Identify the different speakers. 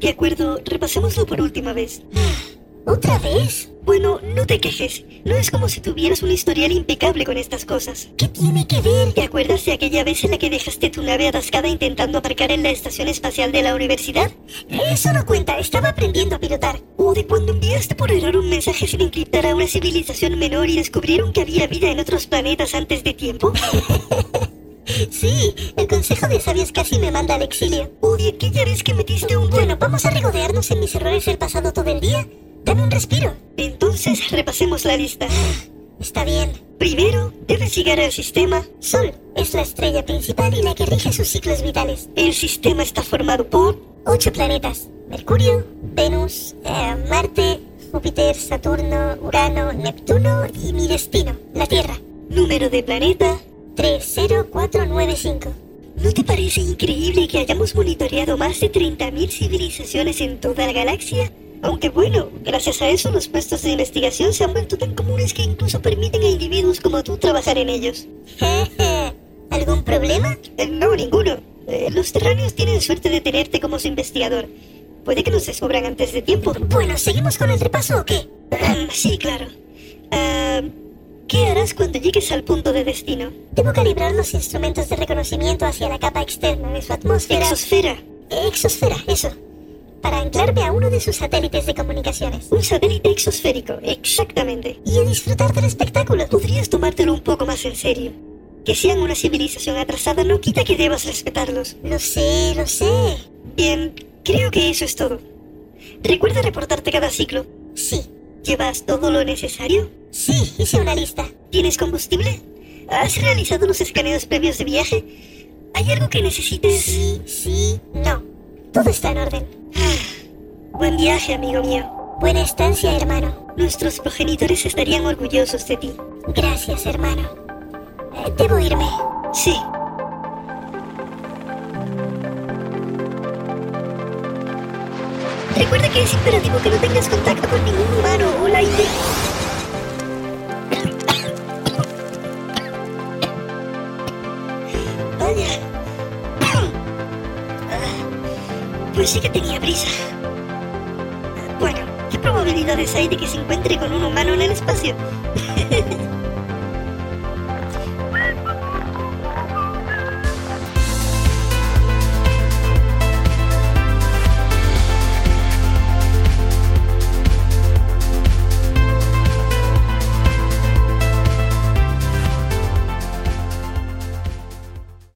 Speaker 1: De acuerdo, repasémoslo por última vez.
Speaker 2: ¿Otra vez?
Speaker 1: Bueno, no te quejes. No es como si tuvieras un historial impecable con estas cosas.
Speaker 2: ¿Qué tiene que ver?
Speaker 1: ¿Te acuerdas de aquella vez en la que dejaste tu nave atascada intentando aparcar en la estación espacial de la universidad?
Speaker 2: Eso no cuenta, estaba aprendiendo a pilotar.
Speaker 1: ¿O de cuando enviaste por error un mensaje sin encriptar a una civilización menor y descubrieron que había vida en otros planetas antes de tiempo?
Speaker 2: Sí, el consejo de sabios casi me manda al exilio.
Speaker 1: Uy, aquella vez que metiste un...
Speaker 2: Bueno, vamos a regodearnos en mis errores del pasado todo el día. Dame un respiro.
Speaker 1: Entonces, repasemos la lista.
Speaker 2: Está bien.
Speaker 1: Primero, debes llegar al sistema.
Speaker 2: Sol es la estrella principal y la que rige sus ciclos vitales.
Speaker 1: El sistema está formado por...
Speaker 2: Ocho planetas. Mercurio, Venus, eh, Marte, Júpiter, Saturno, Urano, Neptuno y mi destino, la Tierra.
Speaker 1: Número de planeta.
Speaker 2: 30495.
Speaker 1: ¿No te parece increíble que hayamos monitoreado más de 30.000 civilizaciones en toda la galaxia? Aunque bueno, gracias a eso los puestos de investigación se han vuelto tan comunes que incluso permiten a individuos como tú trabajar en ellos.
Speaker 2: Jeje, ¿Algún problema?
Speaker 1: Eh, no, ninguno. Eh, los terráneos tienen suerte de tenerte como su investigador. Puede que nos descubran antes de tiempo.
Speaker 2: Bueno, ¿seguimos con el repaso o qué?
Speaker 1: Ahem, sí, claro. Ah, ¿Qué harás cuando llegues al punto de destino?
Speaker 2: Debo calibrar los instrumentos de reconocimiento hacia la capa externa de su atmósfera. Eh,
Speaker 1: Exosfera.
Speaker 2: Exosfera, eso. Para anclarme a uno de sus satélites de comunicaciones.
Speaker 1: Un satélite exosférico, exactamente.
Speaker 2: Y a disfrutar del espectáculo.
Speaker 1: Podrías tomártelo un poco más en serio. Que sean una civilización atrasada no quita que debas respetarlos.
Speaker 2: Lo sé, lo sé.
Speaker 1: Bien, creo que eso es todo. Recuerda reportarte cada ciclo.
Speaker 2: Sí,
Speaker 1: ¿Llevas todo lo necesario?
Speaker 2: sí, hice una lista.
Speaker 1: ¿Tienes combustible? ¿Has realizado los escaneos previos de viaje? ¿Hay algo que necesites?
Speaker 2: Sí, sí, no. Todo está en orden.
Speaker 1: Buen viaje, amigo mío.
Speaker 2: Buena estancia, hermano.
Speaker 1: Nuestros progenitores estarían orgullosos de ti.
Speaker 2: Gracias, hermano. Eh, Debo irme.
Speaker 1: Sí. Recuerda que es imperativo que no tengas contacto con ningún humano o la idea. Vaya. Ah, Pues sí que tenía prisa. Bueno, ¿qué probabilidades hay de que se encuentre con un humano en el espacio?